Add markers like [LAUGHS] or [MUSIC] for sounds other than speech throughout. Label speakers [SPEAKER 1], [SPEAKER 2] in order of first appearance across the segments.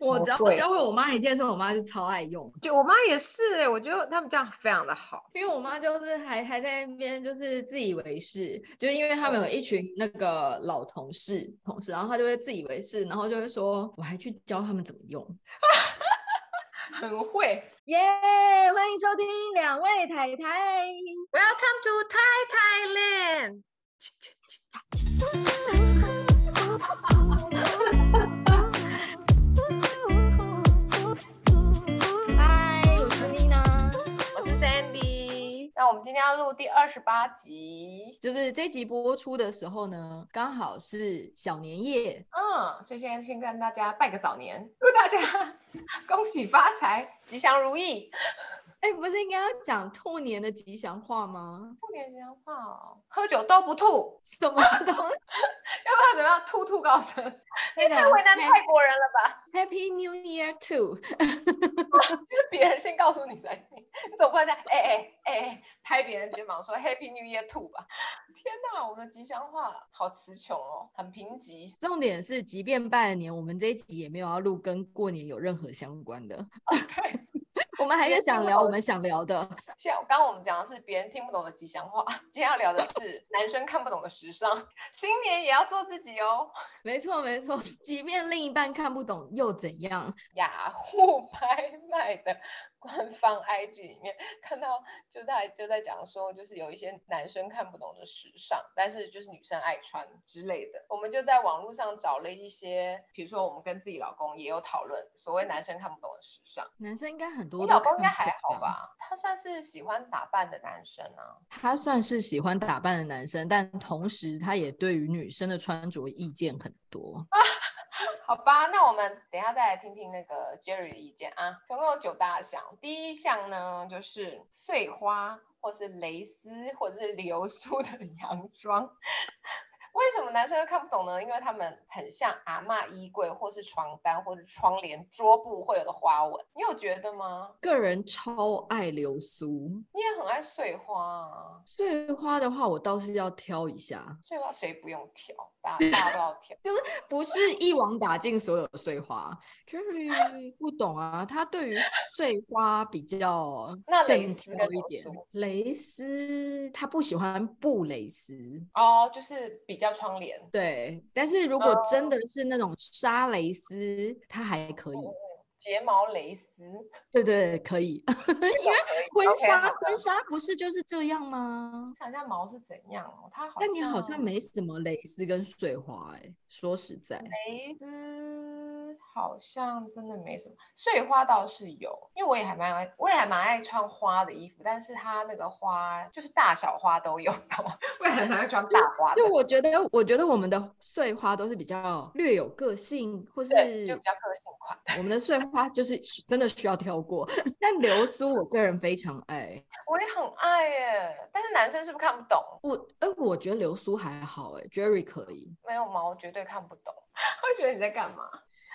[SPEAKER 1] 我只要
[SPEAKER 2] 对
[SPEAKER 1] 教会我妈一件事，我妈就超爱用，
[SPEAKER 2] 就我妈也是哎、我觉得他们这样非常的好。
[SPEAKER 1] 因为我妈就是还还在那边就是自以为是，就是因为他们有一群那个老同事同事，然后她就会自以为是，然后就会说我还去教他们怎么用。
[SPEAKER 2] 很会，
[SPEAKER 3] 耶欢迎收听两位太太。
[SPEAKER 2] Welcome to Thai Thailand。
[SPEAKER 3] 嗨，我是妮娜。
[SPEAKER 2] 我是 Sandy，那我们今天要录第二十八集，
[SPEAKER 1] 就是这集播出的时候呢，刚好是小年夜，
[SPEAKER 2] 嗯，所以现在先跟大家拜个早年，祝大家 [LAUGHS] 恭喜发财，吉祥如意。
[SPEAKER 1] 哎，不是应该要讲兔年的吉祥话吗？
[SPEAKER 2] 兔年年话哦，喝酒都不吐，
[SPEAKER 1] 什么东西？
[SPEAKER 2] 要不然怎么样？吐吐高升，
[SPEAKER 1] [LAUGHS] 那
[SPEAKER 2] 太
[SPEAKER 1] 个
[SPEAKER 2] 为难泰国人了吧？
[SPEAKER 1] Happy New Year to，
[SPEAKER 2] 就是 [LAUGHS] 别人先告诉你才行，你总不能这样，哎哎哎哎，拍别人肩膀说 Happy New Year to 吧？ [LAUGHS] 天哪，我们的吉祥话好词穷哦，很贫瘠。 [LAUGHS]
[SPEAKER 1] 重点是，即便拜了年，我们这一集也没有要录跟过年有任何相关的。
[SPEAKER 2] 对。
[SPEAKER 1] 我们还
[SPEAKER 2] 也
[SPEAKER 1] 是
[SPEAKER 2] 是
[SPEAKER 1] 想
[SPEAKER 2] 我
[SPEAKER 1] 聊我们想聊的，
[SPEAKER 2] 像刚刚我们讲的是别人听不懂的吉祥话， [LAUGHS] 今天要聊的是男生看不懂的时尚。 [LAUGHS] 新年也要做自己哦。
[SPEAKER 1] 没错没错。即便另一半看不懂又怎样？
[SPEAKER 2] 雅虎拍卖的官方 IG 里面看到，就在就在讲说，就是有一些男生看不懂的时尚，但是就是女生爱穿之类的。我们就在网络上找了一些，比如说我们跟自己老公也有讨论，所谓男生看不懂的时尚。
[SPEAKER 1] 男生应该很多
[SPEAKER 2] 你
[SPEAKER 1] 都
[SPEAKER 2] 老公应该
[SPEAKER 1] 看不
[SPEAKER 2] 还好
[SPEAKER 1] 懂？啊
[SPEAKER 2] 吧？他算是喜欢打扮的男生啊。
[SPEAKER 1] 他算是喜欢打扮的男生，但同时他也对于女生的穿着意见很多。
[SPEAKER 2] 好吧，那我们等一下再来听听那个 Jerry 的意见啊。总共有九大项，第一项呢就是碎花或是蕾丝或者是流苏的洋装。为什么男生会看不懂呢？因为他们很像阿嬷衣柜或是床单或是窗帘、桌布会有的花纹。你有觉得吗？
[SPEAKER 1] 个人超爱流苏，
[SPEAKER 2] 你也很爱碎花啊，
[SPEAKER 1] 碎花的话我倒是要挑一下，
[SPEAKER 2] 碎花谁不用挑？大家大家都要
[SPEAKER 1] [LAUGHS]
[SPEAKER 2] 挑。
[SPEAKER 1] 不是一网打尽所有的碎花。Jerry 不懂啊，他对于碎花比较
[SPEAKER 2] 那蕾
[SPEAKER 1] 更
[SPEAKER 2] 丝
[SPEAKER 1] 挑
[SPEAKER 2] 跟
[SPEAKER 1] 一
[SPEAKER 2] 流
[SPEAKER 1] 点
[SPEAKER 2] 苏。
[SPEAKER 1] 蕾丝他不喜欢布蕾丝，
[SPEAKER 2] 哦，就是比较窗帘。
[SPEAKER 1] 对。但是如果真
[SPEAKER 2] 哦
[SPEAKER 1] 的是那种纱蕾丝，他还可以。
[SPEAKER 2] 睫毛蕾丝，
[SPEAKER 1] 对对，可以。 [LAUGHS]
[SPEAKER 2] 因为
[SPEAKER 1] 婚
[SPEAKER 2] 哦 OK，
[SPEAKER 1] 纱
[SPEAKER 2] 好的
[SPEAKER 1] 婚纱不是就是这样吗？
[SPEAKER 2] 想一下毛是怎样哦，它好像
[SPEAKER 1] 但你好像没什么蕾丝跟碎花哎、说实在，
[SPEAKER 2] 梅子，好像真的没什么。碎花倒是有，因为我也还蛮爱，我也还蛮爱穿花的衣服，但是它那个花就是大小花都有，我也很常穿大花的
[SPEAKER 1] 就，我觉得，我觉得我们的碎花都是比较略有个性，或是
[SPEAKER 2] 对，就比较个性款。
[SPEAKER 1] 我们的碎花就是需真的需要挑过。 [LAUGHS] 但流苏我个人非常爱，
[SPEAKER 2] 我也很爱耶，但是男生是不是看不懂？
[SPEAKER 1] 我哎、我觉得流苏还好哎、j e r r y 可以，
[SPEAKER 2] 没有毛绝对看不懂， [LAUGHS] 会觉得你在干嘛？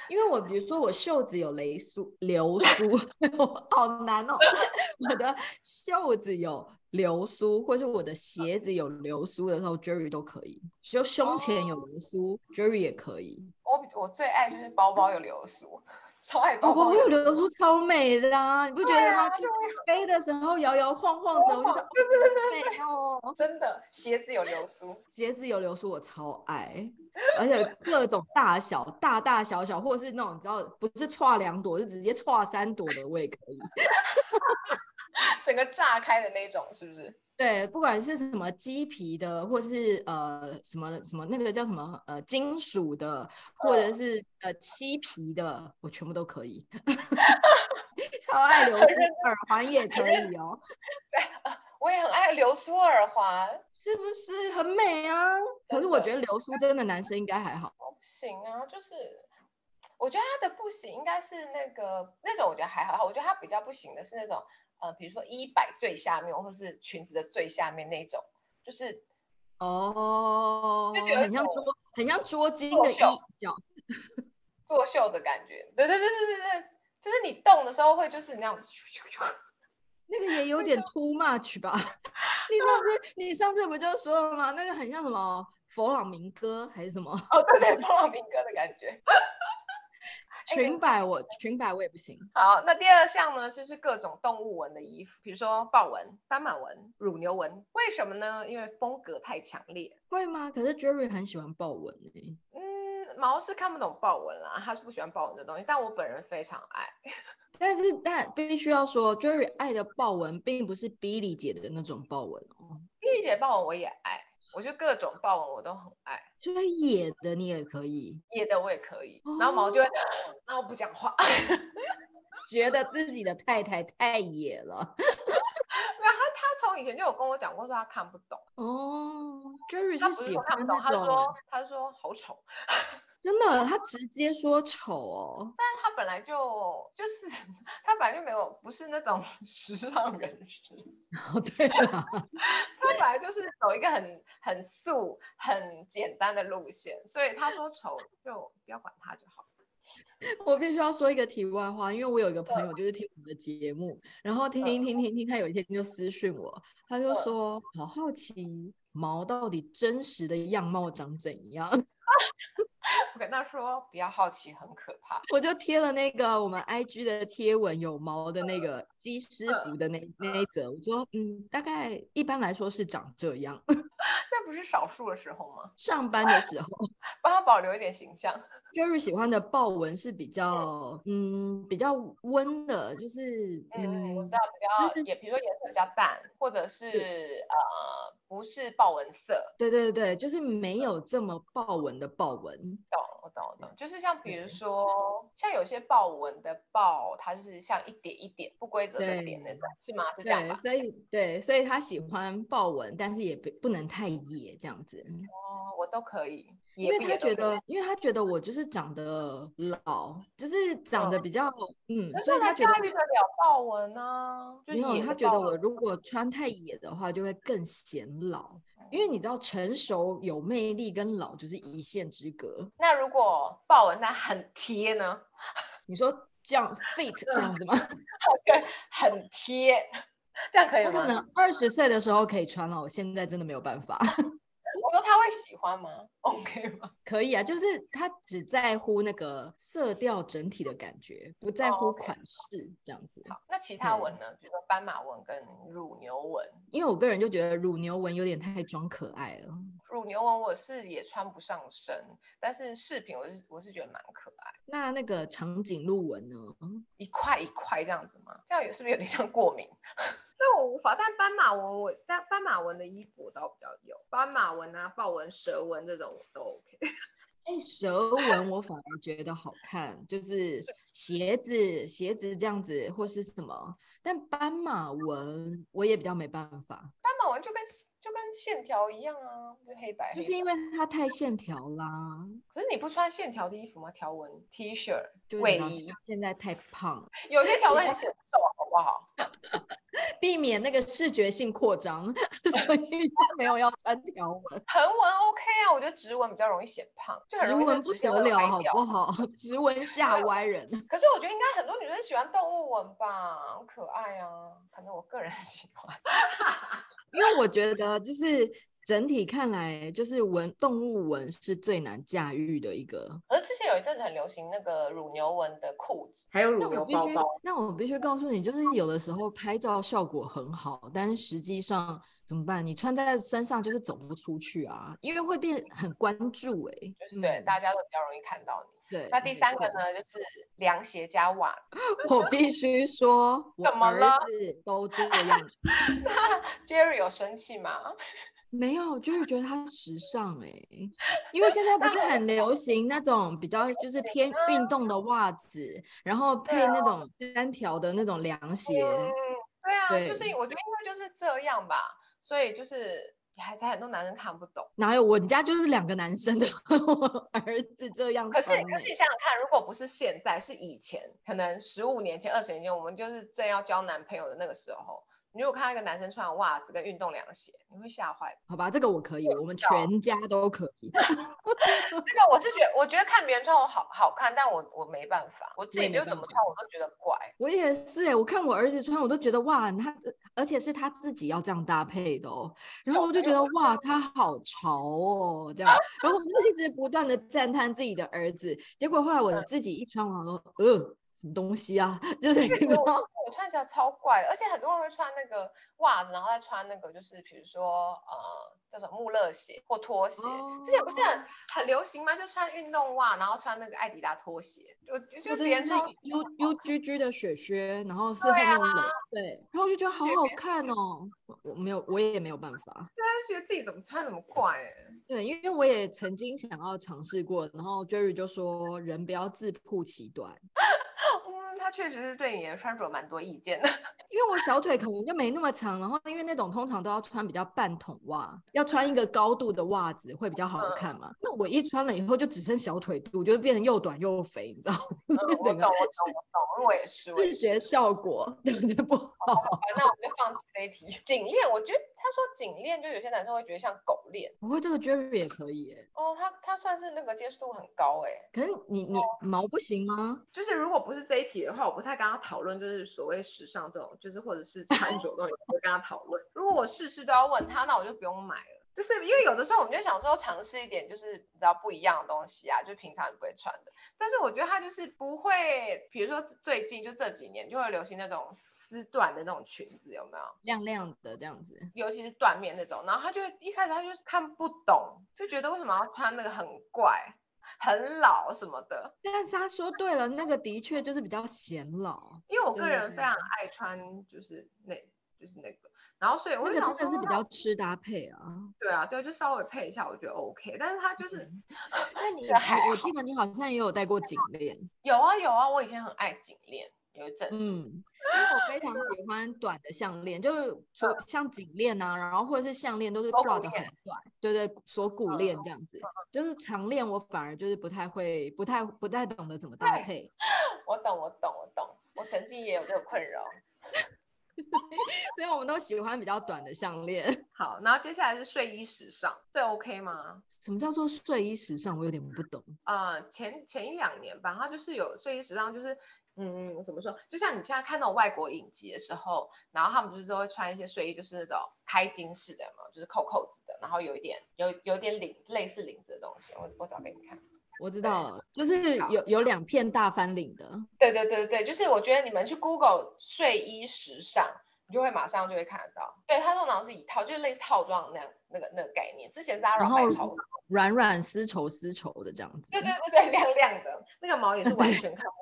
[SPEAKER 1] 因为我比如说我袖子有蕾苏流苏， [LAUGHS] 我好难哦， [LAUGHS] 我的袖子有流苏，或是我的鞋子有流苏的时候，Jerry 都可以，就胸前
[SPEAKER 2] 哦
[SPEAKER 1] 有流苏、j e r r y 也可以。
[SPEAKER 2] 我我最爱就是包包有流苏， [LAUGHS] 超爱包
[SPEAKER 1] 哦，我
[SPEAKER 2] 包
[SPEAKER 1] 没有流苏超美的啊，你不觉得
[SPEAKER 2] 对啊
[SPEAKER 1] 吗？就是飞的时候摇摇晃晃的，我觉得
[SPEAKER 2] 对对对对，
[SPEAKER 1] 好美哦。
[SPEAKER 2] 真的鞋子有流苏。
[SPEAKER 1] 鞋子有流苏我超爱，而且各种大小、大大小小，或者是那种你知道不是歘两朵，是直接歘三朵的我也可以。
[SPEAKER 2] 整个炸开的那种，是不是？
[SPEAKER 1] 对，不管是什么鸡皮的，或是呃什么什么那个叫什么呃金属的，或者
[SPEAKER 2] 嗯
[SPEAKER 1] 是呃漆皮的，我全部都可以。 [LAUGHS] 超爱流
[SPEAKER 2] 很
[SPEAKER 1] 苏
[SPEAKER 2] 认
[SPEAKER 1] 耳环也可以哦，
[SPEAKER 2] 我也很爱流苏耳环，
[SPEAKER 1] 是不是很美啊？可
[SPEAKER 2] 真
[SPEAKER 1] 是我
[SPEAKER 2] 的
[SPEAKER 1] 觉得流苏真的男生应该还好，
[SPEAKER 2] 我不行啊，就是我觉得他的不行应该是那个那种，我觉得还好，我觉得他比较不行的是那种呃，比如说衣摆最下面，或是裙子的最下面那种，就是
[SPEAKER 1] 哦，
[SPEAKER 2] 就觉得
[SPEAKER 1] 很像
[SPEAKER 2] 有
[SPEAKER 1] 捉很像捉襟
[SPEAKER 2] 作
[SPEAKER 1] 的衣
[SPEAKER 2] 秀
[SPEAKER 1] 角，
[SPEAKER 2] 作秀的感觉。对对对对对对，就是你动的时候会就是那样，
[SPEAKER 1] 那个也有点 too much 吧？ [LAUGHS] 你上次你上次不就说了吗？那个很像什么佛朗明哥还是什么？
[SPEAKER 2] 哦，对对，风浪明哥的感觉。
[SPEAKER 1] 裙摆我裙摆我也不行，
[SPEAKER 2] 好，那第二项呢，就是各种动物纹的衣服，比如说豹纹、斑马纹、乳牛纹。为什么呢？因为风格太强烈。
[SPEAKER 1] 会吗？可是 Jerry 很喜欢豹纹欸诶，
[SPEAKER 2] 嗯，毛是看不懂豹纹啦，他是不喜欢豹纹这东西，但我本人非常爱。
[SPEAKER 1] 但是但必须要说，Jerry 爱的豹纹并不是 Billy 姐的那种豹纹哦，
[SPEAKER 2] 丽姐豹纹我也爱，我就各种豹纹我都很爱，
[SPEAKER 1] 就是野的你也可以，
[SPEAKER 2] 野的我也可以。然后毛就会，
[SPEAKER 1] 哦
[SPEAKER 2] 那我不讲话。 [LAUGHS]
[SPEAKER 1] 觉得自己的太太太野了 [LAUGHS]
[SPEAKER 2] 没有他，他从以前就有跟我讲过，说他看不懂，
[SPEAKER 1] 哦。Jerry
[SPEAKER 2] 他
[SPEAKER 1] 是
[SPEAKER 2] 不是
[SPEAKER 1] 喜
[SPEAKER 2] 说
[SPEAKER 1] 欢
[SPEAKER 2] 看不懂，他
[SPEAKER 1] 那种
[SPEAKER 2] 说，他说好丑，
[SPEAKER 1] 真的，他直接说丑哦。
[SPEAKER 2] 但他本来就就是他本来就没有不是那种 [LAUGHS] 时尚人士，
[SPEAKER 1] 哦， [LAUGHS] 对了，
[SPEAKER 2] 他本来就是走一个很很素、很简单的路线，所以他说丑就不要管他就好了。
[SPEAKER 1] [LAUGHS] 我必须要说一个题外话，因为我有一个朋友就是听我们的节目，然后听听听听听，他有一天就私讯我，他就
[SPEAKER 2] 嗯
[SPEAKER 1] 说好好奇毛到底真实的样貌长怎样。 [LAUGHS]
[SPEAKER 2] 我跟他说不要好奇，很可怕。
[SPEAKER 1] 我就贴了那个我们 IG 的贴文，有毛的那个机师服的那那一则，我说嗯，大概一般来说是长这样。
[SPEAKER 2] 那不是少数的时候吗？
[SPEAKER 1] 上班的时候
[SPEAKER 2] 帮他保留一点形象。
[SPEAKER 1] ，Jerry 喜欢的豹纹是比较嗯比较温的，就是
[SPEAKER 2] 嗯，嗯，我
[SPEAKER 1] 嗯
[SPEAKER 2] 知道比
[SPEAKER 1] 就是
[SPEAKER 2] 较也，比如说颜色比较淡，或者是呃不是豹纹色，
[SPEAKER 1] 对对对，就是没有这么豹纹的豹纹。
[SPEAKER 2] 懂我懂我懂，就是像比如
[SPEAKER 1] 对
[SPEAKER 2] 说像有些豹纹的豹，它是像一点一点不规则的点那
[SPEAKER 1] 对
[SPEAKER 2] 种，是吗？是这样
[SPEAKER 1] 对，
[SPEAKER 2] 吧？
[SPEAKER 1] 所以对，所以他喜欢豹纹，但是也不不能太野这样子，
[SPEAKER 2] 哦，我都可以，
[SPEAKER 1] 因为
[SPEAKER 2] 野地
[SPEAKER 1] 他
[SPEAKER 2] 也都
[SPEAKER 1] 觉
[SPEAKER 2] 可以
[SPEAKER 1] 得，因为他觉得我就是长得老，就是长得
[SPEAKER 2] 嗯
[SPEAKER 1] 比较嗯，
[SPEAKER 2] 可是
[SPEAKER 1] 所以
[SPEAKER 2] 他
[SPEAKER 1] 他觉得
[SPEAKER 2] 驾驭得了豹纹呢、就
[SPEAKER 1] 没有，
[SPEAKER 2] 野
[SPEAKER 1] 他
[SPEAKER 2] 的
[SPEAKER 1] 觉
[SPEAKER 2] 豹
[SPEAKER 1] 得
[SPEAKER 2] 纹
[SPEAKER 1] 我如果穿太野的话，就会更显老，
[SPEAKER 2] 嗯
[SPEAKER 1] 因为你知道成熟有魅力跟老就是一线之隔。
[SPEAKER 2] 那如果豹纹那很贴呢？
[SPEAKER 1] 你说这样 fit
[SPEAKER 2] 啊
[SPEAKER 1] 这样
[SPEAKER 2] [LAUGHS]
[SPEAKER 1] 子吗？
[SPEAKER 2] 对，很贴，这样可以
[SPEAKER 1] 我可
[SPEAKER 2] 吗？
[SPEAKER 1] 能二十岁的时候可以穿了，我现在真的没有办法。 [LAUGHS]
[SPEAKER 2] 我说他会喜欢吗？OK 吗？ [LAUGHS]
[SPEAKER 1] 可以啊，就是他只在乎那个色调整体的感觉，不在
[SPEAKER 2] 哦
[SPEAKER 1] 乎
[SPEAKER 2] ，OK
[SPEAKER 1] 款式这样子。
[SPEAKER 2] 好，那其他
[SPEAKER 1] 对
[SPEAKER 2] 纹呢？比如说斑马纹跟乳牛纹。
[SPEAKER 1] 因为我个人就觉得乳牛纹有点太装可爱了。
[SPEAKER 2] 乳牛纹我是也穿不上身，但是饰品我是我是觉得蛮可爱，
[SPEAKER 1] 那那个长颈鹿纹呢？
[SPEAKER 2] 一块一块这样子嘛，这样有是不是有点像过敏？ [LAUGHS] 那我无法，但斑马纹我但斑马纹的衣服我倒比较有，斑马纹啊、豹纹、蛇纹这种我都 OK。
[SPEAKER 1] 哎，蛇纹我反而觉得好看，就是
[SPEAKER 2] 是
[SPEAKER 1] 鞋子鞋子这样子或是什么，但斑马纹我也比较没办法，
[SPEAKER 2] 斑马纹就跟就跟线条一样啊，就黑白
[SPEAKER 1] 就
[SPEAKER 2] 黑
[SPEAKER 1] 是
[SPEAKER 2] 白。
[SPEAKER 1] 因为它太线条啦，
[SPEAKER 2] 可是你不穿线条的衣服吗？条纹 T 恤、
[SPEAKER 1] 就是你
[SPEAKER 2] 卫
[SPEAKER 1] 知道
[SPEAKER 2] 衣，
[SPEAKER 1] 现在太胖了，
[SPEAKER 2] 有些条纹很显瘦，好不好？
[SPEAKER 1] 避免那个视觉性扩张， [LAUGHS] 所以就没有要穿条纹。
[SPEAKER 2] 横纹 OK 啊，我觉得直纹比较容易显胖， [LAUGHS] 就很
[SPEAKER 1] 呃直
[SPEAKER 2] 容易在
[SPEAKER 1] 纹不
[SPEAKER 2] 直线
[SPEAKER 1] 得
[SPEAKER 2] 会有
[SPEAKER 1] 了，
[SPEAKER 2] 黑
[SPEAKER 1] 好
[SPEAKER 2] 掉
[SPEAKER 1] 不好？ [LAUGHS] 直纹吓歪人。 [LAUGHS]
[SPEAKER 2] 可是我觉得应该很多女生喜欢动物纹吧，很可爱啊。可能我个人 [LAUGHS] 喜欢。
[SPEAKER 1] 因为我觉得就是整体看来，就是纹动物纹是最难驾驭的一个。
[SPEAKER 2] 可是之前有一阵子很流行那个乳牛纹的裤子，还有
[SPEAKER 1] 那
[SPEAKER 2] 乳
[SPEAKER 1] 我
[SPEAKER 2] 牛
[SPEAKER 1] 必须
[SPEAKER 2] 包包。，
[SPEAKER 1] 那我必须告诉你，就是有的时候拍照效果很好，但是实际上怎么办？你穿在身上就是走不出去啊，因为会变很关注哎、欸。
[SPEAKER 2] 就是对，
[SPEAKER 1] 嗯
[SPEAKER 2] 大家都比较容易看到你。
[SPEAKER 1] 对。
[SPEAKER 2] 那第
[SPEAKER 1] 没
[SPEAKER 2] 三个
[SPEAKER 1] 错？
[SPEAKER 2] 呢，就是凉鞋加袜子
[SPEAKER 1] [LAUGHS] 我必须说，我
[SPEAKER 2] 怎么
[SPEAKER 1] 儿
[SPEAKER 2] 了
[SPEAKER 1] 子都这样，
[SPEAKER 2] Jerry 有生气吗？
[SPEAKER 1] 没有，就是觉得它时尚哎、因为现在不是很流行那种比较就是
[SPEAKER 2] 行
[SPEAKER 1] 偏运动的袜子，然后配那种单条的那种凉鞋。
[SPEAKER 2] 啊嗯，对啊，
[SPEAKER 1] 对
[SPEAKER 2] 就是我觉得应该就是这样吧，所以就是还是很多男生看不懂。
[SPEAKER 1] 哪有我们家就是两个男生的， [LAUGHS] 我儿子这样
[SPEAKER 2] 可是，
[SPEAKER 1] 穿、
[SPEAKER 2] 可是你
[SPEAKER 1] 欸。
[SPEAKER 2] 想想看，如果不是现在，是以前，可能十五年前、二十年前，我们就是正要交男朋友的那个时候，你如果看到一个男生穿袜子跟运动凉鞋，你会吓坏。
[SPEAKER 1] 好吧，这个我可以，
[SPEAKER 2] 我
[SPEAKER 1] 我们
[SPEAKER 2] 知道
[SPEAKER 1] 全家都可以。
[SPEAKER 2] 这个我是觉我觉得看别人穿我好好看，但我我没办法，我自
[SPEAKER 1] 我也
[SPEAKER 2] 己
[SPEAKER 1] 没
[SPEAKER 2] 就
[SPEAKER 1] 办
[SPEAKER 2] 怎么
[SPEAKER 1] 法
[SPEAKER 2] 穿我都觉得怪。
[SPEAKER 1] 我也是哎，我看我儿子穿，我都觉得哇，他而且是他自己要这样搭配的哦。然
[SPEAKER 2] 小
[SPEAKER 1] 后我就
[SPEAKER 2] 朋
[SPEAKER 1] 觉
[SPEAKER 2] 友
[SPEAKER 1] 得
[SPEAKER 2] 们
[SPEAKER 1] 哇，他好潮哦，这样。然后我就一直不断的赞叹自己的儿子，结果后来我自己一穿完，我说呃，什么东西啊？ [LAUGHS] 就是
[SPEAKER 2] [LAUGHS]
[SPEAKER 1] 你
[SPEAKER 2] 对
[SPEAKER 1] 知
[SPEAKER 2] 我
[SPEAKER 1] 道，
[SPEAKER 2] 我穿起来超怪的，而且很多人会穿那个袜子，然后再穿那个就是比如说呃叫什么穆勒鞋或拖鞋，之前不是
[SPEAKER 1] 哦
[SPEAKER 2] 很很流行吗？就穿运动袜，然后穿那个艾迪达拖鞋，我我觉
[SPEAKER 1] 我
[SPEAKER 2] 得
[SPEAKER 1] 真
[SPEAKER 2] 别
[SPEAKER 1] 的
[SPEAKER 2] 人
[SPEAKER 1] 是
[SPEAKER 2] 穿
[SPEAKER 1] U U G G 的雪靴，然后是后
[SPEAKER 2] 对
[SPEAKER 1] 面
[SPEAKER 2] 啊
[SPEAKER 1] 冷，对，然后我就觉得好
[SPEAKER 2] 雪
[SPEAKER 1] 好
[SPEAKER 2] 别
[SPEAKER 1] 看哦。我我没有，我也没有办法。
[SPEAKER 2] 对啊，觉得自己怎么穿怎么怪哎、
[SPEAKER 1] 对，因为我也曾经想要尝试过，然后 Jerry 就说人不要自曝其短，
[SPEAKER 2] 嗯，他确实是对你的穿着蛮多意见的。
[SPEAKER 1] 因为我小腿可能就没那么长，然后因为那种通常都要穿比较半筒袜，要穿一个高度的袜子会比较好
[SPEAKER 2] 嗯
[SPEAKER 1] 看嘛。那我一穿了以后就只剩小腿肚，就变成又短又肥，你知道吗？ [LAUGHS] 就
[SPEAKER 2] 嗯，我
[SPEAKER 1] 是
[SPEAKER 2] 懂，我
[SPEAKER 1] 整
[SPEAKER 2] 懂，
[SPEAKER 1] 个
[SPEAKER 2] 我懂，因为我也是。我也
[SPEAKER 1] 视
[SPEAKER 2] 是
[SPEAKER 1] 觉效果对不对不好？
[SPEAKER 2] 好吧那我们就放弃这一题。颈链，我觉得他说颈链，就有些男生会觉得像狗链
[SPEAKER 1] 不过这个 Jerry 也可以耶，
[SPEAKER 2] 哦，他他算是那个接受度很高哎、
[SPEAKER 1] 可是你你毛不行吗？
[SPEAKER 2] 就是如果不是这一题的话，我不太跟他讨论，就是所谓时尚这种，就是或者是穿着东西，我不会跟他讨论。如果我事事都要问他，那我就不用买了。就是因为有的时候我们就想说尝试一点，就是比较不一样的东西啊，就平常你不会穿的。但是我觉得他就是不会，比如说最近就这几年就会流行那种丝缎的那种裙子，有没有？
[SPEAKER 1] 亮亮的这样子，
[SPEAKER 2] 尤其是缎面那种，然后他就会一开始他就是看不懂，就觉得为什么要穿那个很怪、很老什么的。
[SPEAKER 1] 但是他说对了，那个的确就是比较显老，
[SPEAKER 2] 因为我
[SPEAKER 1] 对
[SPEAKER 2] 个
[SPEAKER 1] 对
[SPEAKER 2] 人非
[SPEAKER 1] 对
[SPEAKER 2] 常爱穿，就是那，就是那个，然后所以我
[SPEAKER 1] 那
[SPEAKER 2] 就
[SPEAKER 1] 个
[SPEAKER 2] 想
[SPEAKER 1] 真
[SPEAKER 2] 说，
[SPEAKER 1] 的是比
[SPEAKER 2] 那
[SPEAKER 1] 较吃搭配啊。
[SPEAKER 2] 对啊，对，就稍微配一下，我觉得 OK。但是它就是
[SPEAKER 1] 嗯那你
[SPEAKER 2] 还
[SPEAKER 1] 你我记得你好像也有戴过颈链。
[SPEAKER 2] 有啊有啊，我以前很爱颈链，有一阵子，
[SPEAKER 1] 嗯，因为我非常喜欢短的项链，就是除像颈链啊，然后或者是项嗯链都是
[SPEAKER 2] 锁
[SPEAKER 1] 挂
[SPEAKER 2] 骨
[SPEAKER 1] 的很
[SPEAKER 2] 链
[SPEAKER 1] 短，对对，锁骨
[SPEAKER 2] 嗯
[SPEAKER 1] 链这样子。就是长链我反而就是不太会，不太不太懂得怎么搭
[SPEAKER 2] 对
[SPEAKER 1] 配。
[SPEAKER 2] 我懂我懂我懂，我曾经也有这个困
[SPEAKER 1] [LAUGHS]
[SPEAKER 2] 扰。
[SPEAKER 1] 所以我们都喜欢比较短的项链。 [LAUGHS]
[SPEAKER 2] 好，然后接下来是睡衣时尚，这 OK 吗？
[SPEAKER 1] 什么叫做睡衣时尚？我有点不懂。
[SPEAKER 2] 呃，前前一两年吧，它就是有睡衣时尚，就是嗯，怎么说？就像你现在看那种外国影集的时候，然后他们不是都会穿一些睡衣，就是那种开襟式的嘛，就是扣扣子的，然后有一点有有一点领类似领子的东西，我我找给你看。
[SPEAKER 1] 我知
[SPEAKER 2] 对
[SPEAKER 1] 道了，就是
[SPEAKER 2] 好
[SPEAKER 1] 有有两片大翻领的。
[SPEAKER 2] 对对对对，就是我觉得你们去 Google 睡衣时尚，你就会马上就会看得到。对，它通常是一套，就是类似套装那样那个那个概念。之前 Zara
[SPEAKER 1] 然
[SPEAKER 2] 卖
[SPEAKER 1] 后
[SPEAKER 2] 超多，
[SPEAKER 1] 软软丝绸丝绸的这样子，
[SPEAKER 2] 对对对对，亮亮的那个毛也是完全看不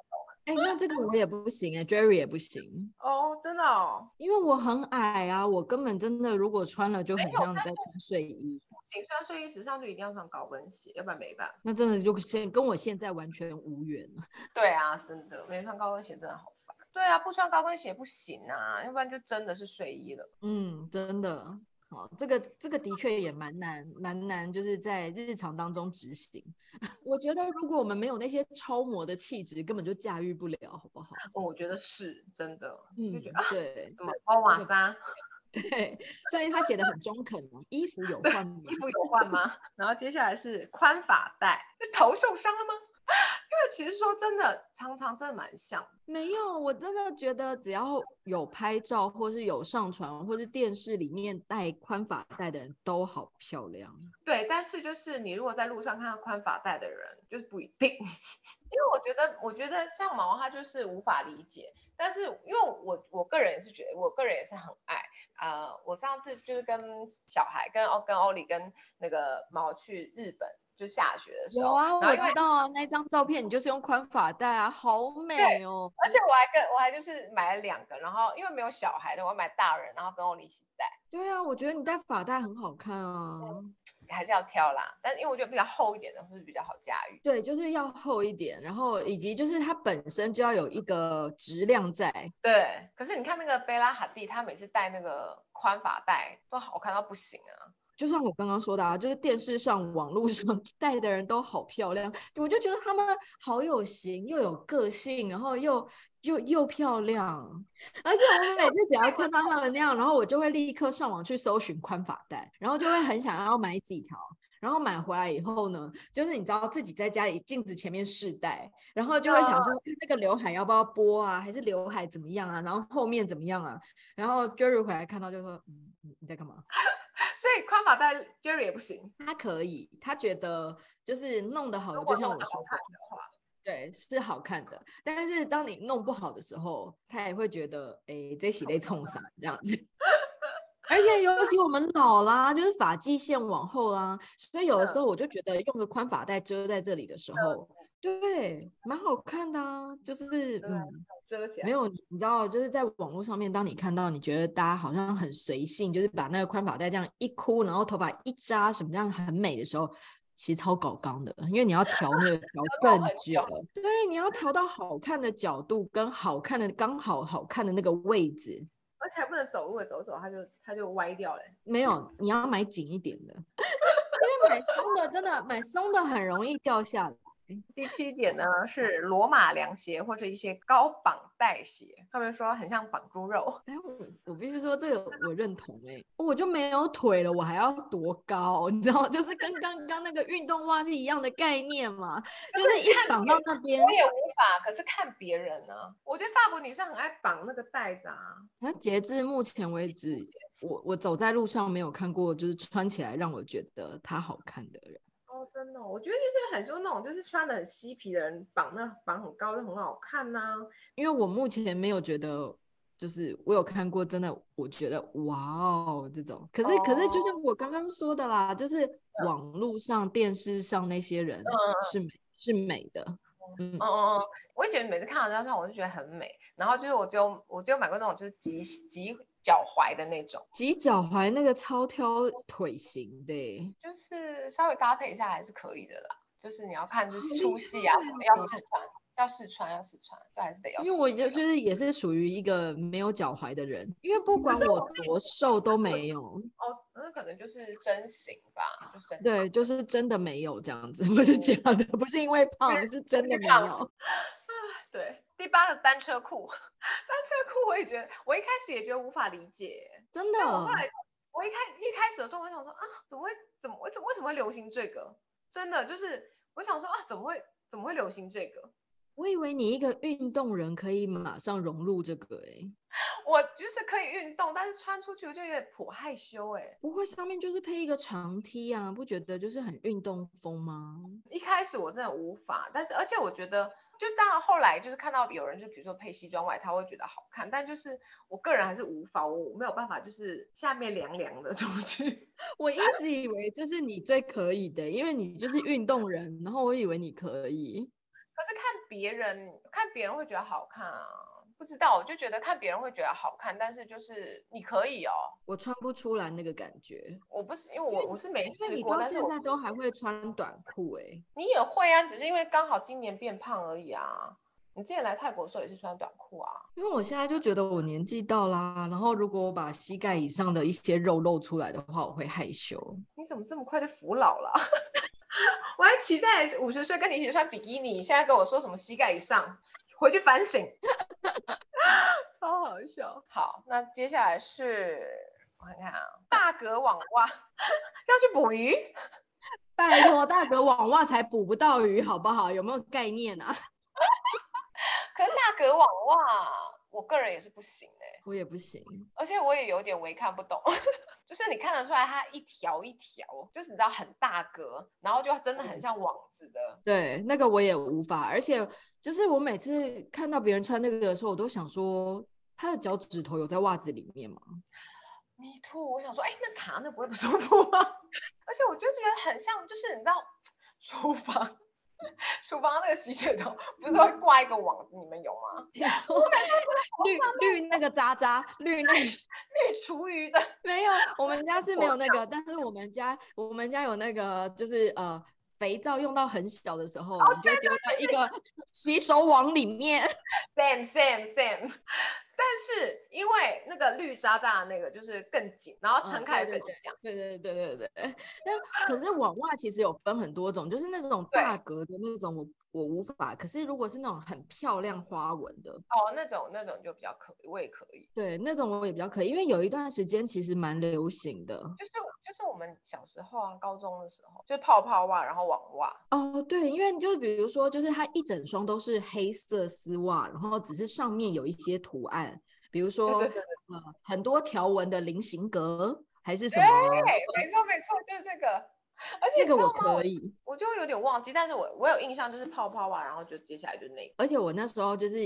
[SPEAKER 1] 哎，那这个我也不行哎，Jerry 也不行。
[SPEAKER 2] 哦，真的哦。
[SPEAKER 1] 因为我很矮啊，我根本真的如果穿了就
[SPEAKER 2] 没
[SPEAKER 1] 很
[SPEAKER 2] 有
[SPEAKER 1] 像
[SPEAKER 2] 但
[SPEAKER 1] 在穿睡衣，
[SPEAKER 2] 行，穿睡衣时尚就一定要穿高跟鞋，要不然没办法。
[SPEAKER 1] 那真的就现跟我现在完全无缘了。
[SPEAKER 2] 对啊，真的，没穿高跟鞋真的好烦。对啊，不穿高跟鞋不行啊，要不然就真的是睡衣了。
[SPEAKER 1] 嗯，真的。好，这个这个的确也蛮难，蛮难，就是在日常当中执行。 [LAUGHS] 我觉得如果我们没有那些超模的气质，根本就驾驭不了，好不好？
[SPEAKER 2] 哦我觉得是真的，
[SPEAKER 1] 嗯
[SPEAKER 2] 就觉得啊，，
[SPEAKER 1] 对
[SPEAKER 2] 怎么哦瓦莎
[SPEAKER 1] [LAUGHS] 对。 [LAUGHS] 所以他写的很中肯哦，衣服有换吗？
[SPEAKER 2] 衣服有换吗？ [LAUGHS] 然后接下来是宽发带，这头受伤了吗？ [LAUGHS] 因为其实说真的，常常真的蛮像的。
[SPEAKER 1] 没有，我真的觉得只要有拍照，或是有上传，或是电视里面戴宽发带的人都好漂亮。
[SPEAKER 2] 对，但是就是你如果在路上看到宽发带的人，就是不一定， [LAUGHS] 因为我觉得，我觉得像毛他就是无法理解，但是因为我我个人也是觉得，我个人也是很爱，呃，我上次就是跟小孩跟欧跟欧里跟那个毛去日本就下雪的时
[SPEAKER 1] 有
[SPEAKER 2] 候，
[SPEAKER 1] 啊，
[SPEAKER 2] 然后
[SPEAKER 1] 我
[SPEAKER 2] 因为
[SPEAKER 1] 知道啊，那张照片你就是用宽发带啊，好美哦。
[SPEAKER 2] 而且我还跟我还就是买了两个，然后因为没有小孩的，我买大人，然后跟欧里一起带。
[SPEAKER 1] 对啊，我觉得你戴发带很好看啊。
[SPEAKER 2] 还是要挑啦，但因为我觉得比较厚一点的会比较好驾驭。
[SPEAKER 1] 对，就是要厚一点，然后以及就是它本身就要有一个质量在。
[SPEAKER 2] 对，可是你看那个贝拉哈蒂，她每次戴那个宽发带都好看到不行啊。 [LAUGHS]
[SPEAKER 1] 就像我刚刚说的啊，就是电视上、网络上 [LAUGHS] 带的人都好漂亮，我就觉得她们好有型，又有个性，然后又又又漂亮。而且我每次只要看到她们那样，然后我就会立刻上网去搜寻宽发带，然后就会很想要买几条。然后买回来以后呢，就是你知道自己在家里镜子前面试戴，然后就会想说那个刘海要不要拨啊，还是刘海怎么样啊，然后后面怎么样啊，然后 Jerry 回来看到就说，嗯，你你在干嘛？
[SPEAKER 2] 所以宽发带 Jerry 也不行。
[SPEAKER 1] 他可以，他觉得就是弄得好，哦
[SPEAKER 2] 如
[SPEAKER 1] 就
[SPEAKER 2] 果
[SPEAKER 1] 像
[SPEAKER 2] 弄
[SPEAKER 1] 我
[SPEAKER 2] 得
[SPEAKER 1] 说
[SPEAKER 2] 好看
[SPEAKER 1] 的，
[SPEAKER 2] 的话，
[SPEAKER 1] 对，是好看的。但是当你弄不好的时候，他也会觉得，哎，这洗类冲啥这样
[SPEAKER 2] [LAUGHS]
[SPEAKER 1] 子。而且尤其我们老啦，就是发际线往后啦，所以有
[SPEAKER 2] 嗯
[SPEAKER 1] 的时候我就觉得用个宽发带遮在这里的时候，对，蛮好看的啊。就是
[SPEAKER 2] 对
[SPEAKER 1] 嗯，
[SPEAKER 2] 遮起来
[SPEAKER 1] 没。有，你知道，就是在网络上面，当你看到你觉得大家好像很随性，就是把那个宽发带这样一箍，然后头发一扎什么这样很美的时候，其实超搞刚的，因为你要调那个调
[SPEAKER 2] 到
[SPEAKER 1] 更
[SPEAKER 2] 很
[SPEAKER 1] 久，对，你要调到好看的角度跟好看的刚好好看的那个位置。
[SPEAKER 2] 而且还不能走路，走走它就它就歪掉了。
[SPEAKER 1] 没有，你要买紧一点的，因 [LAUGHS] 为买松的真的买松的很容易掉下来。
[SPEAKER 2] 第七点
[SPEAKER 1] [LAUGHS]
[SPEAKER 2] 呢是罗马凉鞋或者一些高绑带鞋，他们说很像绑猪肉， [LAUGHS]
[SPEAKER 1] 但我我必须说，这个我认同哎、我就没有腿了，我还要多高？ [LAUGHS] 你知道，就是跟刚刚那个运动袜是一样的概念嘛，就是一绑到那边
[SPEAKER 2] 我，也无法。可是看别人呢、我觉得法国女生很爱绑那个带子啊，
[SPEAKER 1] 那截至目前为止，我我走在路上没有看过，就是穿起来让我觉得它好看的人。
[SPEAKER 2] 哦，真的哦、我觉得就是很像那种就是穿的很嬉皮的人绑那绑很高就很好看呐、
[SPEAKER 1] 因为我目前没有觉得，就是我有看过，真的，我觉得哇哦这种。可是，可是，就像我刚刚说的啦，就是网络上、电视上那些人是美是美的，嗯，
[SPEAKER 2] 嗯嗯嗯，我以前每次看到那张照，我就觉得很美。然后就是我只有我只有买过那种就是及及脚踝的那种，
[SPEAKER 1] 及脚踝那个超挑腿型的欸，
[SPEAKER 2] 就是稍微搭配一下还是可以的啦。就是你要看就
[SPEAKER 1] 好
[SPEAKER 2] 是
[SPEAKER 1] 厉
[SPEAKER 2] 出戏啊什么，要试穿，要试穿，要试穿，就还是得要试
[SPEAKER 1] 因为
[SPEAKER 2] 穿。
[SPEAKER 1] 我就就是也是属于一个没有脚踝的人，因为不管
[SPEAKER 2] 是
[SPEAKER 1] 我多瘦都没有，
[SPEAKER 2] 哦，那可能就是身形吧，就身形。
[SPEAKER 1] 对，就是真的没有这样子， [LAUGHS] 不是假的，不是因为胖，是真的没
[SPEAKER 2] 胖
[SPEAKER 1] 有。
[SPEAKER 2] 对第八个单车裤， [LAUGHS] 单车裤我也觉得，我一开始也觉得无法理解，
[SPEAKER 1] 真
[SPEAKER 2] 但我后
[SPEAKER 1] 的，
[SPEAKER 2] 来我一开一开始的时候，我想说啊，怎么会怎么为什么为什么会流行这个？真的就是我想说啊，怎么会怎么会流行这个？
[SPEAKER 1] 我以为你一个运动人可以马上融入这个、欸，
[SPEAKER 2] 我就是可以运动，但是穿出去我就有点颇害羞哎、
[SPEAKER 1] 不过上面就是配一个长 T 啊，不觉得就是很运动风吗？ [LAUGHS]
[SPEAKER 2] 一开始我真的无法，但是而且我觉得，就当然后来就是看到有人就比如说配西装外套会觉得好看，但就是我个人还是无法，我没有办法就是下面凉凉的出去。
[SPEAKER 1] 我一直以为这是你最可以的，因为你就是运动人，然后我以为你可以。
[SPEAKER 2] 可是看别人，看别人会觉得好看啊，不知道，我就觉得看别人会觉得好看，但是就是你可以哦，
[SPEAKER 1] 我穿不出来那个感觉，
[SPEAKER 2] 我不是因为我我是没
[SPEAKER 1] 因为
[SPEAKER 2] 试
[SPEAKER 1] 你
[SPEAKER 2] 过，
[SPEAKER 1] 到
[SPEAKER 2] 但是
[SPEAKER 1] 现
[SPEAKER 2] 哦我
[SPEAKER 1] 在都还会穿短裤哎、
[SPEAKER 2] 你也会啊，只是因为刚好今年变胖而已啊。你之前来泰国的时候也是穿短裤啊。
[SPEAKER 1] 因为我现在就觉得我年纪到啦，然后如果我把膝盖以上的一些肉露出来的话，我会害羞。
[SPEAKER 2] 你怎么这么快就服老了？ [LAUGHS] 我还期待五十岁跟你一起穿比基尼，现在跟我说什么膝盖以上，回去反省， [LAUGHS] 超好笑。好，那接下来是我看看啊，大格网袜 [LAUGHS] 要去捕鱼，
[SPEAKER 1] 拜托，大哥网袜才捕不到鱼，好不好？有没有概念啊？ [LAUGHS]
[SPEAKER 2] 可是大格网袜我个人也是不行哎、
[SPEAKER 1] 我也不行，
[SPEAKER 2] 而且我也有点微看不懂， [LAUGHS] 就是你看得出来它一条一条，就是你知道很大格，然后就真的很像网子的。
[SPEAKER 1] 对，那个我也无法。而且就是我每次看到别人穿那个的时候，我都想说，他的脚趾头有在袜子里面吗？ [LAUGHS]
[SPEAKER 2] Me too，我想说，哎，那卡那不会不舒服吗？ [LAUGHS] 而且我就觉得很像，就是你知道，厨房，厨房那个洗水头不是都会挂一个网子，你们有吗？ [LAUGHS]
[SPEAKER 1] 你说绿绿那个渣渣，绿那个
[SPEAKER 2] 那厨余的，
[SPEAKER 1] [LAUGHS] 没有，我们家是没
[SPEAKER 2] 果
[SPEAKER 1] 有那个，但是我们家我们家有那个，就是呃，肥皂用到很小的时候，
[SPEAKER 2] 哦
[SPEAKER 1] 你就丢到一个洗手网里面。 [LAUGHS]
[SPEAKER 2] same same [LAUGHS] same。但但是因为那个绿渣渣的那个就是更紧，然后
[SPEAKER 1] 嗯
[SPEAKER 2] 撑开
[SPEAKER 1] 对
[SPEAKER 2] 更
[SPEAKER 1] 对
[SPEAKER 2] 响。
[SPEAKER 1] 对对对对对，但可是网袜其实有分很多种，就是那种
[SPEAKER 2] 对
[SPEAKER 1] 大格的那种我我无法，可是如果是那种很漂亮花纹的，
[SPEAKER 2] 哦，那种那种就比较可以，我也可以。
[SPEAKER 1] 对那种我也比较可以，因为有一段时间其实蛮流行的
[SPEAKER 2] 就是就是我们小时候啊，高中的时候，就是泡泡袜，然后网袜，
[SPEAKER 1] 哦，对，因为就是比如说就是它一整双都是黑色丝袜，然后只是上面有一些图案，比如
[SPEAKER 2] 对
[SPEAKER 1] 说
[SPEAKER 2] 对对对，
[SPEAKER 1] 呃很多条纹的菱形格还是什
[SPEAKER 2] 对
[SPEAKER 1] 么，
[SPEAKER 2] 没错没错，就是这个。而且
[SPEAKER 1] 那
[SPEAKER 2] 你知
[SPEAKER 1] 个我
[SPEAKER 2] 道吗？
[SPEAKER 1] 可以。
[SPEAKER 2] 我就有点忘记，但是我我有印象就是泡泡袜，然后就接下来就那个。
[SPEAKER 1] 而且我那时候就是，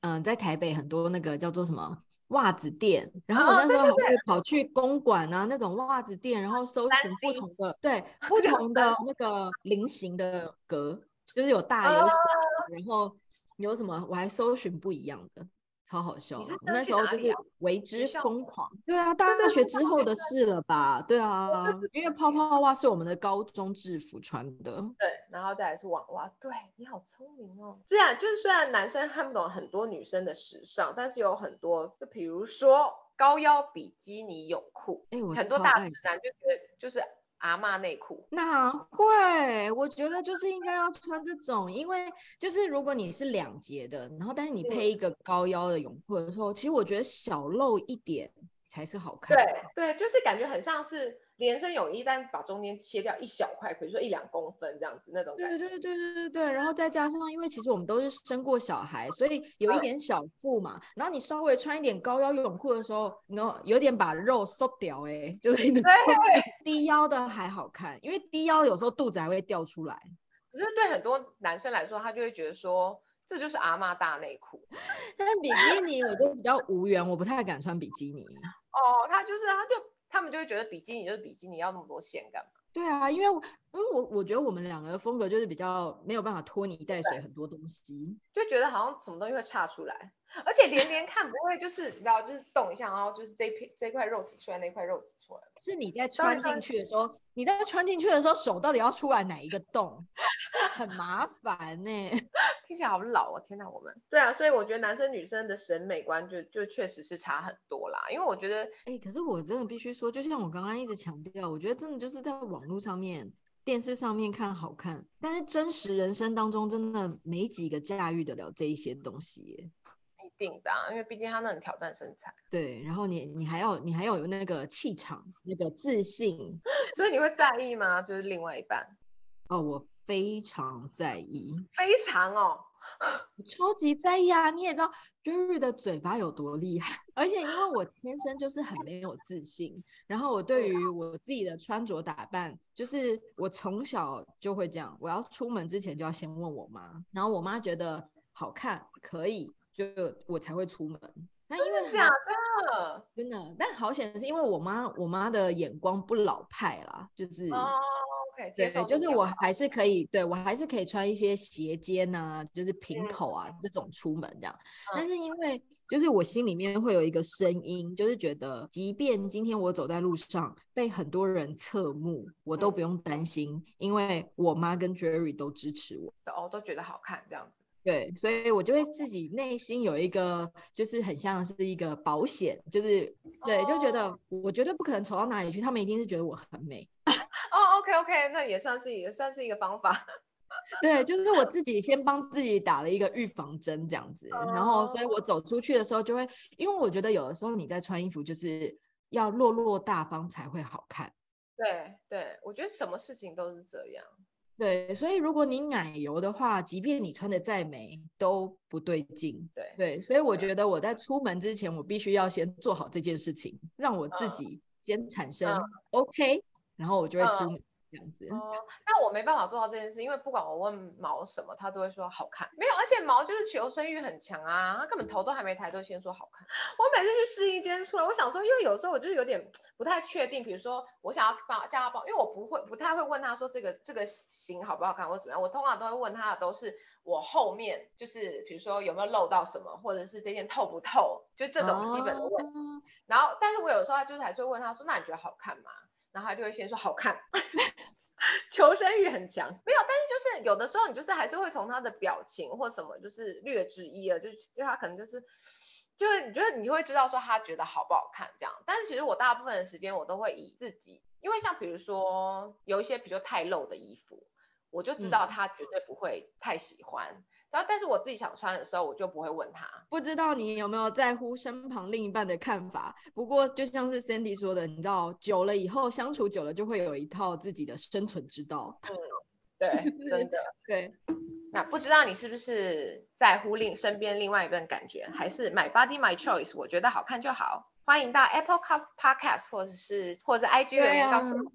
[SPEAKER 1] 嗯、在台北很多那个叫做什么袜子店，然后我
[SPEAKER 2] 哦
[SPEAKER 1] 那时
[SPEAKER 2] 对
[SPEAKER 1] 候还会跑去公馆啊那种袜子店，然后搜
[SPEAKER 2] 三
[SPEAKER 1] 寻不
[SPEAKER 2] C
[SPEAKER 1] 同的对不
[SPEAKER 2] 就
[SPEAKER 1] 同的那个菱形的格，就是有大有小，
[SPEAKER 2] 哦
[SPEAKER 1] 然后有什么我还搜寻不一样的。超好笑！
[SPEAKER 2] 是
[SPEAKER 1] 我
[SPEAKER 2] 这样
[SPEAKER 1] 那
[SPEAKER 2] 去
[SPEAKER 1] 时候
[SPEAKER 2] 哪
[SPEAKER 1] 就
[SPEAKER 2] 里
[SPEAKER 1] 是
[SPEAKER 2] 啊
[SPEAKER 1] 为之
[SPEAKER 2] 校
[SPEAKER 1] 疯狂。对啊，大
[SPEAKER 2] 对
[SPEAKER 1] 学
[SPEAKER 2] 对
[SPEAKER 1] 之
[SPEAKER 2] 对
[SPEAKER 1] 后
[SPEAKER 2] 对
[SPEAKER 1] 的事了吧？对啊，因为泡泡袜是我们的高中制服穿的。
[SPEAKER 2] 对，然后再来是网袜。对你好聪明哦。虽然就是虽然男生看不懂很多女生的时尚，但是有很多，就比如说高腰比基尼泳裤，
[SPEAKER 1] 哎、我
[SPEAKER 2] 很多
[SPEAKER 1] 超
[SPEAKER 2] 大
[SPEAKER 1] 爱
[SPEAKER 2] 直男就觉得就是阿嬷内裤。
[SPEAKER 1] 哪会？我觉得就是应该要穿这种，因为就是如果你是两截的，然后但
[SPEAKER 2] 嗯
[SPEAKER 1] 是你配一个高腰的泳裤的时候，其实我觉得小露一点才是好看。
[SPEAKER 2] 对对，就是感觉很像是连身泳衣，但把中间切掉一小块，比如说一两公分这样子那种感
[SPEAKER 1] 对
[SPEAKER 2] 觉。
[SPEAKER 1] 对对对对对，然后再加上，因为其实我们都是生过小孩，所以有一
[SPEAKER 2] 嗯
[SPEAKER 1] 点小腹嘛。然后你稍微穿一点高腰泳裤的时候，然后有点把肉收掉、欸，哎，就是你的
[SPEAKER 2] 对，
[SPEAKER 1] 低腰的还好看，因为低腰有时候肚子还会掉出来。
[SPEAKER 2] 可是对很多男生来说，他就会觉得说这就是阿嬷大内裤
[SPEAKER 1] 但比基尼我就比较无缘，我不太敢穿比基尼。
[SPEAKER 2] 哦，他就是他就他们就会觉得比基尼就是比基尼，要那么多线干嘛？
[SPEAKER 1] 对啊，因为我因为我我觉得我们两个的风格就是比较没有办法拖泥带水很多东西。
[SPEAKER 2] 就觉得好像什么东西会岔出来，而且连连看不会就是你知道就是动一下，然后就是这片这块肉挤出来，那块肉挤出来。
[SPEAKER 1] 是你在
[SPEAKER 2] 当
[SPEAKER 1] 穿
[SPEAKER 2] 然
[SPEAKER 1] 进去的时候，你在穿进去的时候，手到底要出来哪一个洞，很麻烦呢、 [LAUGHS]
[SPEAKER 2] 听起来好老哦！天哪，我们对啊，所以我觉得男生女生的审美观就就确实是差很多啦。因为我觉得
[SPEAKER 1] 哎、可是我真的必须说，就像我刚刚一直强调，我觉得真的就是在网络上面、电视上面看好看，但是真实人生当中真的没几个驾驭得了这一些东西耶、
[SPEAKER 2] 一定的、啊，因为毕竟他那很挑战身材，
[SPEAKER 1] 对，然后你你还要你还要有那个气场、那个自信，
[SPEAKER 2] 所以你会在意吗？就是另外一半
[SPEAKER 1] 哦，我非常在意，
[SPEAKER 2] 非常哦，
[SPEAKER 1] 我超级在意啊！你也知道 Jerry 的嘴巴有多厉害， [LAUGHS] 而且因为我天生就是很没有自信，然后我对于我自己的穿着打扮，就是我从小就会这样，我要出门之前就要先问我妈，然后我妈觉得好看可以，就我才会出门。那因为
[SPEAKER 2] 假
[SPEAKER 1] 好
[SPEAKER 2] 的
[SPEAKER 1] 真的，但好险是因为我妈，我妈的眼光不老派啦，就是
[SPEAKER 2] 哦。OK，接
[SPEAKER 1] 嗯对，
[SPEAKER 2] 受
[SPEAKER 1] 就是
[SPEAKER 2] 度比较
[SPEAKER 1] 我
[SPEAKER 2] 高
[SPEAKER 1] 还是可以，对我还是可以穿一些斜肩呐、就是平
[SPEAKER 2] 嗯
[SPEAKER 1] 口啊这种出门这样。但
[SPEAKER 2] 嗯
[SPEAKER 1] 是因为就是我心里面会有一个声音，就是觉得，即便今天我走在路上被很多人侧目，我都
[SPEAKER 2] 嗯
[SPEAKER 1] 不用担心，因为我妈跟 Jerry 都支持我。
[SPEAKER 2] 的哦，都觉得好看这样子。
[SPEAKER 1] 对，所以我就会自己内心有一个，就是很像是一个保险，就是对，就觉得我绝对不可能丑到哪里去，他们一定是觉得我很美。
[SPEAKER 2] 哦，OK OK，那也算是也算是一个方法。 [LAUGHS]
[SPEAKER 1] 对，就是我自己先帮自己打了一个预防针这样子，然后
[SPEAKER 2] 哦
[SPEAKER 1] 所以我走出去的时候就会，因为我觉得有的时候你在穿衣服就是要落落大方才会好看。
[SPEAKER 2] 对对，我觉得什么事情都是这样。
[SPEAKER 1] 对，所以如果你奶油的话，即便你穿的再美都不对劲。
[SPEAKER 2] 对，
[SPEAKER 1] 对，所以我觉得我在出门之前，我必须要先做好这件事情，让我自
[SPEAKER 2] 嗯
[SPEAKER 1] 己先产生 OK，然后我就会出
[SPEAKER 2] 嗯
[SPEAKER 1] 门这样子。
[SPEAKER 2] 哦，那我没办法做到这件事，因为不管我问毛什么，他都会说好看。没有，而且毛就是求生欲很强啊，他根本头都还没抬就先说好看。我每次去试衣间出来，我想说，因为有时候我就是有点不太确定，比如说我想要帮叫他帮，因为我不会不太会问他说这个这个型好不好看或怎么样，我通常都会问他的都是我后面就是比如说有没有漏到什么，或者是这件透不透，就这种基本的问题。
[SPEAKER 1] 哦
[SPEAKER 2] 然后，但是我有时候他就是还是会问他说：“那你觉得好看吗？”然后他就会先说好看，求生欲很强。没有，但是就是有的时候你就是还是会从他的表情或什么，就是略知一二，就就他可能就是就是你觉得你会知道说他觉得好不好看这样，但是其实我大部分的时间我都会以自己，因为像比如说有一些比如说太露的衣服，我就知道他绝对不会太喜欢，然后但是我自己想穿的时候，我就不会问他，
[SPEAKER 1] 不知道你有没有在乎身旁另一半的看法？不过就像是 Sandy 说的，你知道，久了以后相处久了，就会有一套自己的生存之道。
[SPEAKER 2] 对，真的。
[SPEAKER 1] 对，
[SPEAKER 2] 那不知道你是不是在乎另身边另外一半感觉，还是 my body my choice？我觉得好看就好。欢迎到 Apple Co- Podcast 或者是或者是 IG 留
[SPEAKER 1] 对
[SPEAKER 2] 言
[SPEAKER 1] 啊
[SPEAKER 2] 告诉我。嗯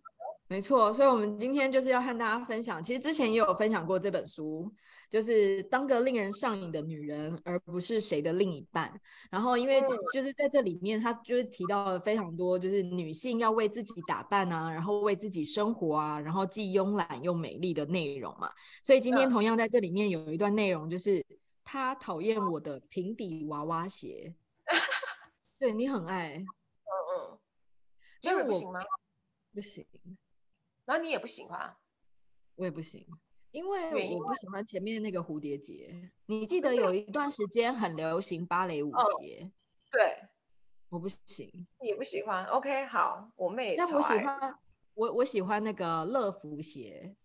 [SPEAKER 1] 没错。所以，我们今天就是要和大家分享，其实之前也有分享过这本书，就是《当个令人上瘾的女人，而不是谁的另一半》。然后，因为
[SPEAKER 2] 嗯
[SPEAKER 1] 就是在这里面，她就是提到了非常多，就是女性要为自己打扮啊，然后为自己生活啊，然后既慵懒又美丽的内容嘛。所以今天
[SPEAKER 2] 嗯
[SPEAKER 1] 同样在这里面有一段内容，就是她讨厌我的平底娃娃鞋。对你很爱，
[SPEAKER 2] 嗯嗯，
[SPEAKER 1] 因为
[SPEAKER 2] Jerry 不
[SPEAKER 1] 我
[SPEAKER 2] 行吗？
[SPEAKER 1] 不行，
[SPEAKER 2] 然后你也不行啊？
[SPEAKER 1] 我也不行，因
[SPEAKER 2] 原
[SPEAKER 1] 为
[SPEAKER 2] 因
[SPEAKER 1] 我不喜欢前面那个蝴蝶结。你记得有一段时间很流行芭蕾舞
[SPEAKER 2] 嗯
[SPEAKER 1] 鞋，
[SPEAKER 2] 对，
[SPEAKER 1] 我不行，
[SPEAKER 2] 你也不喜欢。OK，好，我妹也
[SPEAKER 1] 但我
[SPEAKER 2] 超
[SPEAKER 1] 喜
[SPEAKER 2] 爱。
[SPEAKER 1] 欢我我喜欢那个乐福鞋，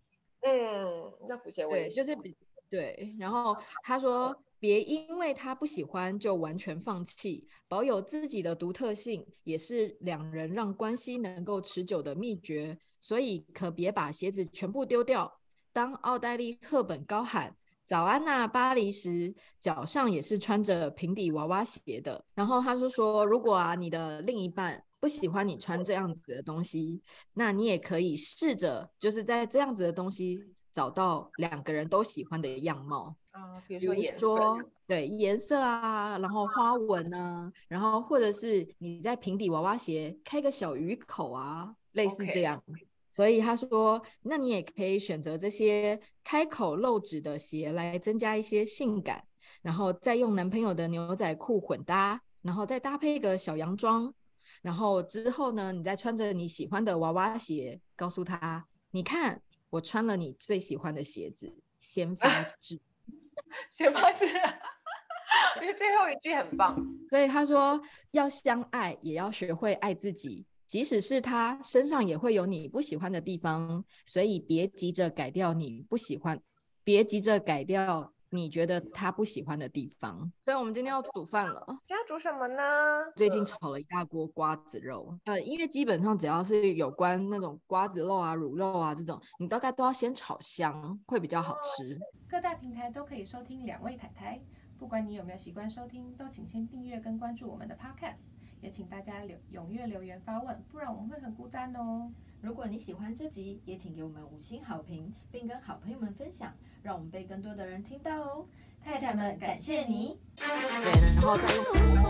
[SPEAKER 2] 嗯，那福鞋我也
[SPEAKER 1] 对，
[SPEAKER 2] 喜
[SPEAKER 1] 就是
[SPEAKER 2] 欢
[SPEAKER 1] 比对。然后他说，别因为他不喜欢就完全放弃，保有自己的独特性，也是两人让关系能够持久的秘诀。所以可别把鞋子全部丢掉。当奥黛丽·赫本高喊。早安呐、巴黎时，脚上也是穿着平底娃娃鞋的。然后他就说，如果啊你的另一半不喜欢你穿这样子的东西，那你也可以试着，就是在这样子的东西找到两个人都喜欢的样貌，
[SPEAKER 2] 啊，比
[SPEAKER 1] 比
[SPEAKER 2] 如
[SPEAKER 1] 如
[SPEAKER 2] 说颜色
[SPEAKER 1] 说对颜色啊，然后花纹啊，然后或者是你在平底娃娃鞋开个小鱼口啊，类似
[SPEAKER 2] OK
[SPEAKER 1] 这样。所以他说，那你也可以选择这些开口露趾的鞋来增加一些性感，然后再用男朋友的牛仔裤混搭，然后再搭配一个小洋装，然后之后呢，你再穿着你喜欢的娃娃鞋，告诉他，你看我穿了你最喜欢的鞋子，先发制。
[SPEAKER 2] 先发制人。啊 [LAUGHS] 我觉得最后一句很棒。
[SPEAKER 1] 所以他说，要相爱也要学会爱自己，即使是他身上也会有你不喜欢的地方，所以别急着改掉你不喜欢，别急着改掉你觉得他不喜欢的地方。所以我们今天要煮饭了。
[SPEAKER 2] 今天要煮什么呢？
[SPEAKER 1] 最近炒了一大锅瓜子肉，呃，因为基本上只要是有关那种瓜子肉啊、乳肉啊这种，你大概都要先炒香，会比较好吃。
[SPEAKER 4] 各大平台都可以收听两位太太。不管你有没有习惯收听，都请先订阅跟关注我们的 Podcast，也请大家留踊跃留言发问，不然我们会很孤单哦。
[SPEAKER 5] 如果你喜欢这集，也请给我们五星好评，并跟好朋友们分享，让我们被更多的人听到哦。太太们，感谢你。
[SPEAKER 1] 对，然后再用。